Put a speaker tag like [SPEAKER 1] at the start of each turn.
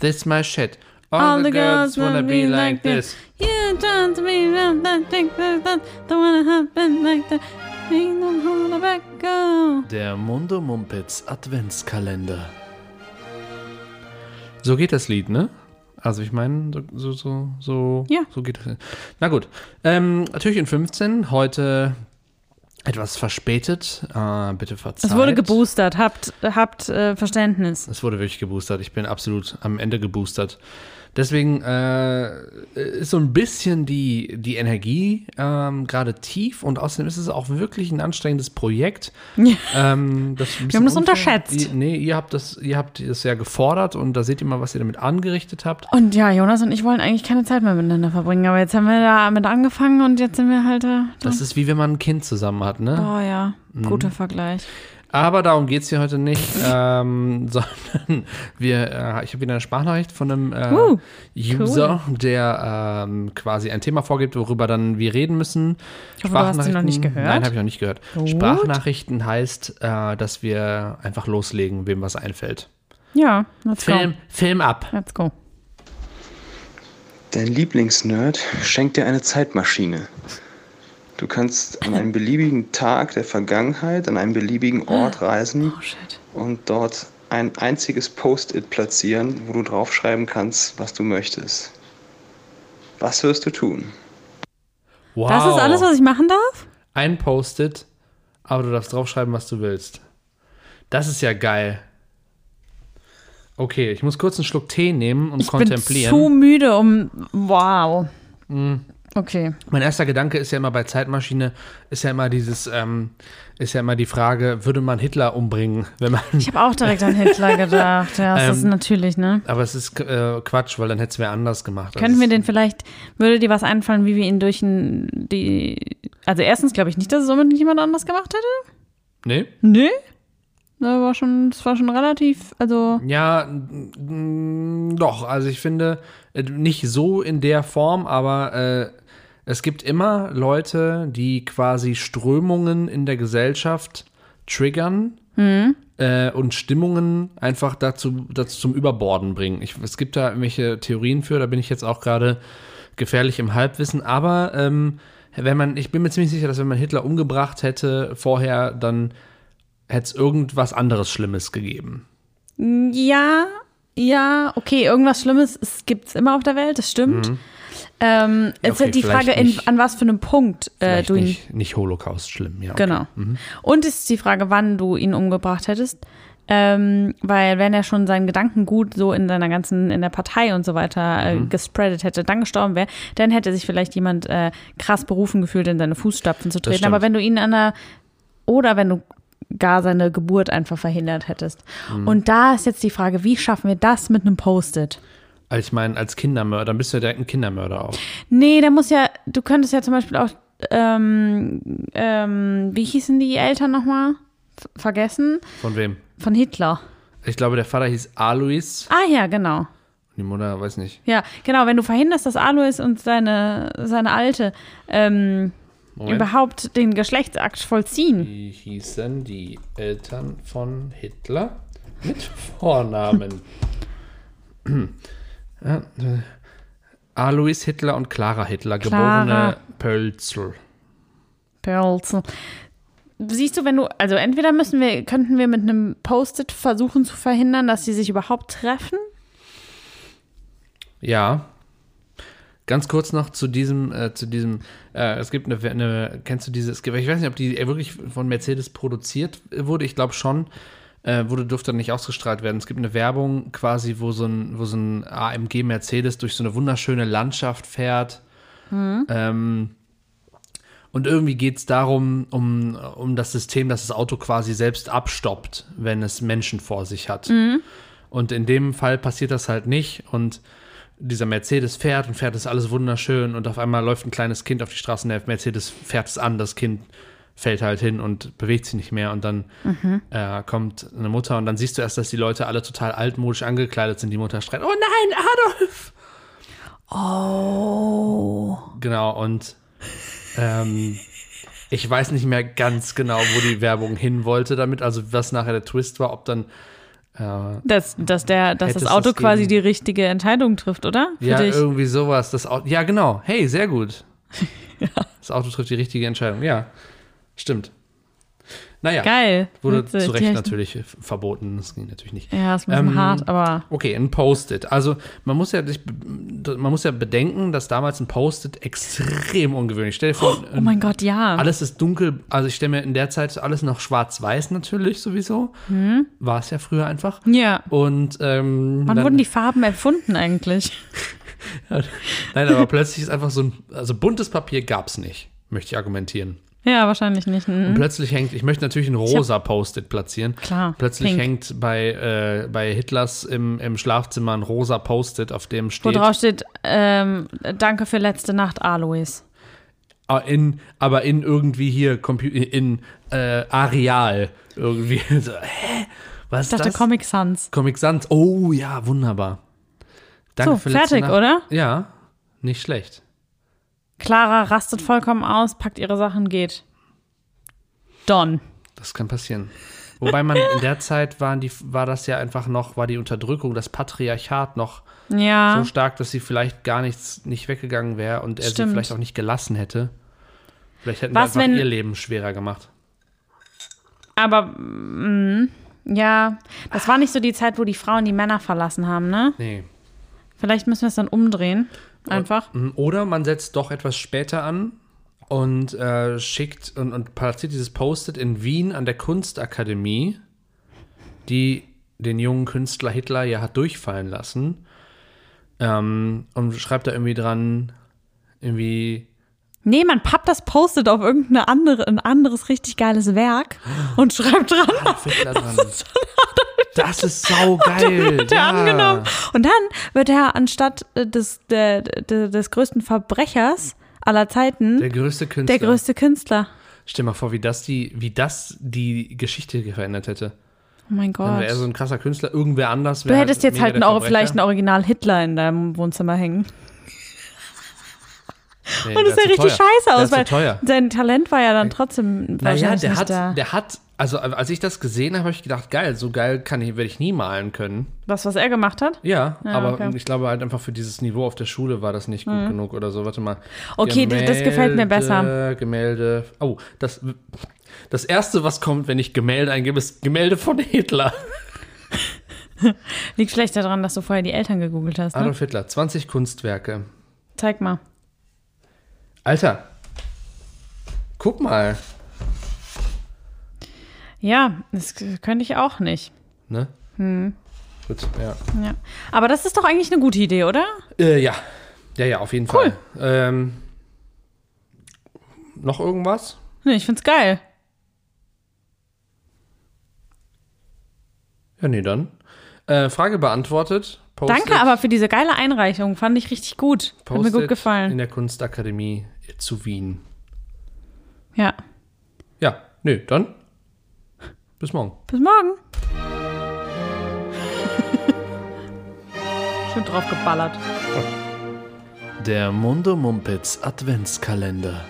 [SPEAKER 1] That's my shit. All, the girls, wanna be like this.
[SPEAKER 2] You don't be around that thing that don't wanna happen like that. Ain't no holding back, go.
[SPEAKER 1] Der Mundo Mumpitz Adventskalender. So geht das Lied, ne? Also ich meine, so, so, so,
[SPEAKER 2] Ja.
[SPEAKER 1] so geht das. Na gut. Ähm, Türchen 15, heute etwas verspätet. Äh, bitte verzeiht.
[SPEAKER 2] Es wurde geboostert, habt, habt äh, Verständnis.
[SPEAKER 1] Es wurde wirklich geboostert. Ich bin absolut am Ende geboostert. Deswegen äh, ist so ein bisschen die, die Energie ähm, gerade tief und außerdem ist es auch wirklich ein anstrengendes Projekt.
[SPEAKER 2] Ja.
[SPEAKER 1] Ähm, das Wir
[SPEAKER 2] haben das unterschätzt.
[SPEAKER 1] Ihr, nee, ihr habt, das, ihr habt das ja gefordert und da seht ihr mal, was ihr damit angerichtet habt.
[SPEAKER 2] Und ja, Jonas und ich wollen eigentlich keine Zeit mehr miteinander verbringen, aber jetzt haben wir damit angefangen und jetzt sind wir halt da.
[SPEAKER 1] Das ist wie wenn man ein Kind zusammen hat, ne?
[SPEAKER 2] Oh ja, guter Vergleich.
[SPEAKER 1] Aber darum geht es hier heute nicht, ähm, sondern wir, äh, ich habe wieder eine Sprachnachricht von einem äh,
[SPEAKER 2] Uh,
[SPEAKER 1] User, der ähm, quasi ein Thema vorgibt, worüber dann wir reden müssen. Ich
[SPEAKER 2] hoffe, du hast sie noch nicht gehört.
[SPEAKER 1] Nein, habe ich noch nicht gehört.
[SPEAKER 2] Gut.
[SPEAKER 1] Sprachnachrichten heißt, äh, dass wir einfach loslegen, wem was einfällt.
[SPEAKER 2] Ja, let's
[SPEAKER 1] Film,
[SPEAKER 2] go.
[SPEAKER 1] Film ab.
[SPEAKER 2] Let's go.
[SPEAKER 3] Dein Lieblingsnerd schenkt dir eine Zeitmaschine. Du kannst an einen beliebigen Tag der Vergangenheit, an einen beliebigen Ort reisen
[SPEAKER 2] Oh shit.
[SPEAKER 3] und dort ein einziges Post-it platzieren, wo du draufschreiben kannst, was du möchtest. Was wirst du tun?
[SPEAKER 1] Wow.
[SPEAKER 2] Das ist alles, was ich machen darf?
[SPEAKER 1] Ein Post-it, aber du darfst draufschreiben, was du willst. Das ist ja geil. Okay, ich muss kurz einen Schluck Tee nehmen und
[SPEAKER 2] Ich bin
[SPEAKER 1] kontemplieren. Mhm.
[SPEAKER 2] zu müde, um. Wow. Okay.
[SPEAKER 1] Mein erster Gedanke ist ja immer bei Zeitmaschine, ist ja immer dieses, ähm, ist ja immer die Frage, würde man Hitler umbringen, wenn man.
[SPEAKER 2] Ich habe auch direkt an Hitler gedacht. Ja, das
[SPEAKER 1] Ähm,
[SPEAKER 2] ist natürlich, ne?
[SPEAKER 1] Aber es ist äh, Quatsch, weil dann hätte es wer anders gemacht.
[SPEAKER 2] Können
[SPEAKER 1] Also
[SPEAKER 2] wir
[SPEAKER 1] es-
[SPEAKER 2] den vielleicht, würde dir was einfallen, wie wir ihn durch ein- die. Also, erstens glaube ich nicht, dass es unbedingt jemand anders gemacht hätte.
[SPEAKER 1] Nee?
[SPEAKER 2] Nee? Das war schon, das war schon relativ. Also.
[SPEAKER 1] Ja, mm, doch. Also ich finde, äh, nicht so in der Form, aber äh, es gibt immer Leute, die quasi Strömungen in der Gesellschaft triggern äh, und Stimmungen einfach dazu, dazu zum Überborden bringen. Ich, es gibt da irgendwelche Theorien für, da bin ich jetzt auch gerade gefährlich im Halbwissen, aber ähm, wenn man, ich bin mir ziemlich sicher, dass wenn man Hitler umgebracht hätte vorher, dann hätte es irgendwas anderes Schlimmes gegeben.
[SPEAKER 2] Ja, ja, okay, irgendwas Schlimmes gibt es immer auf der Welt, das stimmt. Ähm, es ist
[SPEAKER 1] Mhm. okay,
[SPEAKER 2] halt die
[SPEAKER 1] vielleicht
[SPEAKER 2] Frage, in,
[SPEAKER 1] nicht.
[SPEAKER 2] an was für einem Punkt äh,
[SPEAKER 1] Vielleicht
[SPEAKER 2] du ihn.
[SPEAKER 1] nicht, nicht Holocaust schlimm, ja. Okay. Mhm.
[SPEAKER 2] Genau. Und es ist die Frage, wann du ihn umgebracht hättest. Ähm, weil wenn er schon seinen Gedanken gut so in seiner ganzen, in der Partei und so weiter äh,
[SPEAKER 1] Mhm.
[SPEAKER 2] gespreadet hätte, dann gestorben wäre, dann hätte sich vielleicht jemand äh, krass berufen gefühlt, in seine Fußstapfen zu treten.
[SPEAKER 1] stimmt.
[SPEAKER 2] Aber wenn du ihn an der, oder wenn du gar seine Geburt einfach verhindert hättest.
[SPEAKER 1] Mhm.
[SPEAKER 2] Und da ist jetzt die Frage, wie schaffen wir das mit einem Post-it?
[SPEAKER 1] Also ich meine, als Kindermörder, dann bist du ja direkt ein Kindermörder auch.
[SPEAKER 2] Nee, da muss ja, du könntest ja zum Beispiel auch, ähm, ähm, wie hießen die Eltern nochmal? Ver- Vergessen?
[SPEAKER 1] Von wem?
[SPEAKER 2] Von Hitler.
[SPEAKER 1] Ich glaube, der Vater hieß Alois.
[SPEAKER 2] Ah ja, genau.
[SPEAKER 1] Die Mutter, weiß nicht.
[SPEAKER 2] Ja, genau, wenn du verhinderst, dass Alois und seine, seine Alte ähm,
[SPEAKER 1] Moment.
[SPEAKER 2] überhaupt den Geschlechtsakt vollziehen.
[SPEAKER 1] Wie hießen die Eltern von Hitler? Mit Vornamen. Ah, äh, Alois Hitler und Clara Hitler,
[SPEAKER 2] Clara.
[SPEAKER 1] geborene Pölzl.
[SPEAKER 2] Perls. Siehst du, wenn du, also entweder müssen wir, könnten wir mit einem Post-it versuchen zu verhindern, dass sie sich überhaupt treffen.
[SPEAKER 1] Ja. Ganz kurz noch zu diesem, äh, zu diesem, äh, es gibt eine, eine, kennst du diese, es gibt, ich weiß nicht, ob die äh, wirklich von Mercedes produziert wurde, ich glaube schon, äh, wurde, durfte dann nicht ausgestrahlt werden. Es gibt eine Werbung quasi, wo so ein, wo so ein AMG Mercedes durch so eine wunderschöne Landschaft fährt. Ähm, und irgendwie geht es darum, um, um das System, dass das Auto quasi selbst abstoppt, wenn es Menschen vor sich hat. Und in dem Fall passiert das halt nicht. Und dieser Mercedes fährt und fährt es alles wunderschön. Und auf einmal läuft ein kleines Kind auf die Straße und der Mercedes fährt es an. Das Kind fällt halt hin und bewegt sich nicht mehr. Und dann äh, kommt eine Mutter und dann siehst du erst, dass die Leute alle total altmodisch angekleidet sind. Die Mutter schreit: Oh nein, Adolf!
[SPEAKER 2] Oh.
[SPEAKER 1] Genau, und ähm, ich weiß nicht mehr ganz genau, wo die Werbung hin wollte damit, also was nachher der Twist war, ob dann Äh,
[SPEAKER 2] Dass, dass, der, dass
[SPEAKER 1] Hättest
[SPEAKER 2] das Auto
[SPEAKER 1] es
[SPEAKER 2] quasi
[SPEAKER 1] gegen-
[SPEAKER 2] die richtige Entscheidung trifft, oder? Für
[SPEAKER 1] ja,
[SPEAKER 2] dich.
[SPEAKER 1] irgendwie sowas. Das Auto, ja, genau. Hey, sehr gut. Das Auto trifft die richtige Entscheidung. Ja, stimmt. Naja,
[SPEAKER 2] Geil.
[SPEAKER 1] wurde
[SPEAKER 2] Witzig.
[SPEAKER 1] zu
[SPEAKER 2] Die
[SPEAKER 1] Recht
[SPEAKER 2] hab ich-
[SPEAKER 1] natürlich verboten. Das ging natürlich nicht.
[SPEAKER 2] Ja, ist ein bisschen
[SPEAKER 1] Ähm,
[SPEAKER 2] hart, aber
[SPEAKER 1] Okay, ein Post-it. Also man muss ja sich, man muss ja bedenken, dass damals ein Post-it extrem ungewöhnlich. Stell dir vor, ähm,
[SPEAKER 2] oh mein Gott, ja.
[SPEAKER 1] alles ist dunkel. Also ich stelle mir in der Zeit alles noch schwarz-weiß natürlich sowieso. War es ja früher einfach.
[SPEAKER 2] Hm. ja.
[SPEAKER 1] Und ähm,
[SPEAKER 2] Wann
[SPEAKER 1] dann-
[SPEAKER 2] wurden die Farben erfunden eigentlich?
[SPEAKER 1] Nein, aber plötzlich ist einfach so ein, also buntes Papier gab es nicht, möchte ich argumentieren.
[SPEAKER 2] Ja, wahrscheinlich nicht.
[SPEAKER 1] Und
[SPEAKER 2] Mhm.
[SPEAKER 1] plötzlich hängt, ich möchte natürlich ein rosa Post-it platzieren.
[SPEAKER 2] Klar,
[SPEAKER 1] Plötzlich
[SPEAKER 2] pink.
[SPEAKER 1] hängt bei, äh, bei Hitlers im, im Schlafzimmer ein rosa Post-it, auf dem
[SPEAKER 2] Wo
[SPEAKER 1] steht.
[SPEAKER 2] drauf steht, ähm, danke für letzte Nacht, Alois.
[SPEAKER 1] Aber ah, in, aber in irgendwie hier Compu in äh, Areal irgendwie. So, hä? Was
[SPEAKER 2] Ich
[SPEAKER 1] ist
[SPEAKER 2] dachte
[SPEAKER 1] das?
[SPEAKER 2] Comic Sans.
[SPEAKER 1] Comic Sans. Oh ja, wunderbar. Danke
[SPEAKER 2] So,
[SPEAKER 1] für letzte
[SPEAKER 2] fertig,
[SPEAKER 1] Nacht.
[SPEAKER 2] oder?
[SPEAKER 1] Ja, nicht schlecht.
[SPEAKER 2] Clara rastet vollkommen aus, packt ihre Sachen, geht. Don.
[SPEAKER 1] Das kann passieren. Wobei man in der Zeit waren die, war das ja einfach noch, war die Unterdrückung, das Patriarchat noch
[SPEAKER 2] Ja.
[SPEAKER 1] so stark, dass sie vielleicht gar nichts nicht weggegangen wäre und er
[SPEAKER 2] Stimmt.
[SPEAKER 1] sie vielleicht auch nicht gelassen hätte. Vielleicht hätten
[SPEAKER 2] Was,
[SPEAKER 1] wir einfach
[SPEAKER 2] wenn-
[SPEAKER 1] ihr Leben schwerer gemacht.
[SPEAKER 2] Aber mm, ja, das war nicht so die Zeit, wo die Frauen die Männer verlassen haben, ne?
[SPEAKER 1] Nee.
[SPEAKER 2] Vielleicht müssen wir es dann umdrehen. Einfach.
[SPEAKER 1] Mm, Oder man setzt doch etwas später an und äh, schickt und, und platziert dieses Post-it in Wien an der Kunstakademie, die den jungen Künstler Hitler ja hat durchfallen lassen. Ähm, und schreibt da irgendwie dran, irgendwie,
[SPEAKER 2] Nee, man pappt das Post-it auf irgendeine andere, ein anderes richtig geiles Werk und schreibt dran,
[SPEAKER 1] auf Hitler dran. Das ist saugeil.
[SPEAKER 2] wird er angenommen. Und dann wird er anstatt äh, des, der, der, des größten Verbrechers aller Zeiten
[SPEAKER 1] Der
[SPEAKER 2] der,
[SPEAKER 1] größte Künstler.
[SPEAKER 2] größte Künstler.
[SPEAKER 1] Stell mal vor, wie das die, wie das die Geschichte verändert hätte.
[SPEAKER 2] Oh mein
[SPEAKER 1] Dann
[SPEAKER 2] Gott.
[SPEAKER 1] wäre er so ein krasser Künstler, irgendwer anders
[SPEAKER 2] Du
[SPEAKER 1] wäre
[SPEAKER 2] hättest jetzt
[SPEAKER 1] mega
[SPEAKER 2] halt
[SPEAKER 1] der
[SPEAKER 2] ein, Or-
[SPEAKER 1] Verbrecher.
[SPEAKER 2] vielleicht ein Original Hitler in deinem Wohnzimmer hängen.
[SPEAKER 1] Nee,
[SPEAKER 2] Und
[SPEAKER 1] wär
[SPEAKER 2] das sah
[SPEAKER 1] zu
[SPEAKER 2] richtig
[SPEAKER 1] teuer.
[SPEAKER 2] scheiße
[SPEAKER 1] Wär
[SPEAKER 2] aus,
[SPEAKER 1] zu
[SPEAKER 2] weil
[SPEAKER 1] teuer.
[SPEAKER 2] sein Talent war ja dann trotzdem
[SPEAKER 1] Naja,
[SPEAKER 2] wahrscheinlich
[SPEAKER 1] der
[SPEAKER 2] nicht
[SPEAKER 1] hat,
[SPEAKER 2] da.
[SPEAKER 1] der hat, also als ich das gesehen habe, habe ich gedacht, geil, so geil kann ich, werde ich nie malen können.
[SPEAKER 2] Das, was er gemacht hat?
[SPEAKER 1] Ja, Mhm. aber
[SPEAKER 2] okay.
[SPEAKER 1] ich glaube halt einfach für dieses Niveau auf der Schule war das nicht gut genug oder so. Warte mal.
[SPEAKER 2] Okay, das- das gefällt mir besser.
[SPEAKER 1] Gemälde. Oh, das, das erste, was kommt, wenn ich Gemälde eingebe, ist Gemälde von Hitler.
[SPEAKER 2] Liegt vielleicht daran, dass du vorher die Eltern gegoogelt hast. Ne?
[SPEAKER 1] Adolf Hitler, 20 Kunstwerke.
[SPEAKER 2] Zeig mal.
[SPEAKER 1] Alter, guck mal.
[SPEAKER 2] Ja, das k- könnte ich auch nicht.
[SPEAKER 1] Ne? Gut, ja.
[SPEAKER 2] Ja. Aber das ist doch eigentlich eine gute Idee, oder?
[SPEAKER 1] Äh, ja. Ja, ja, auf jeden
[SPEAKER 2] Cool.
[SPEAKER 1] Fall. Ähm, noch irgendwas?
[SPEAKER 2] Nee, ich find's geil.
[SPEAKER 1] Ja, nee, dann. Äh, Frage beantwortet. Post-it-
[SPEAKER 2] Danke aber für diese geile Einreichung. Fand ich richtig gut. Hat mir
[SPEAKER 1] Post-it
[SPEAKER 2] gut gefallen.
[SPEAKER 1] In der Kunstakademie zu Wien.
[SPEAKER 2] Ja.
[SPEAKER 1] Ja, nee, dann. Bis morgen.
[SPEAKER 2] Bis morgen. Schön draufgeballert.
[SPEAKER 1] Der Mundo Mumpitz Adventskalender.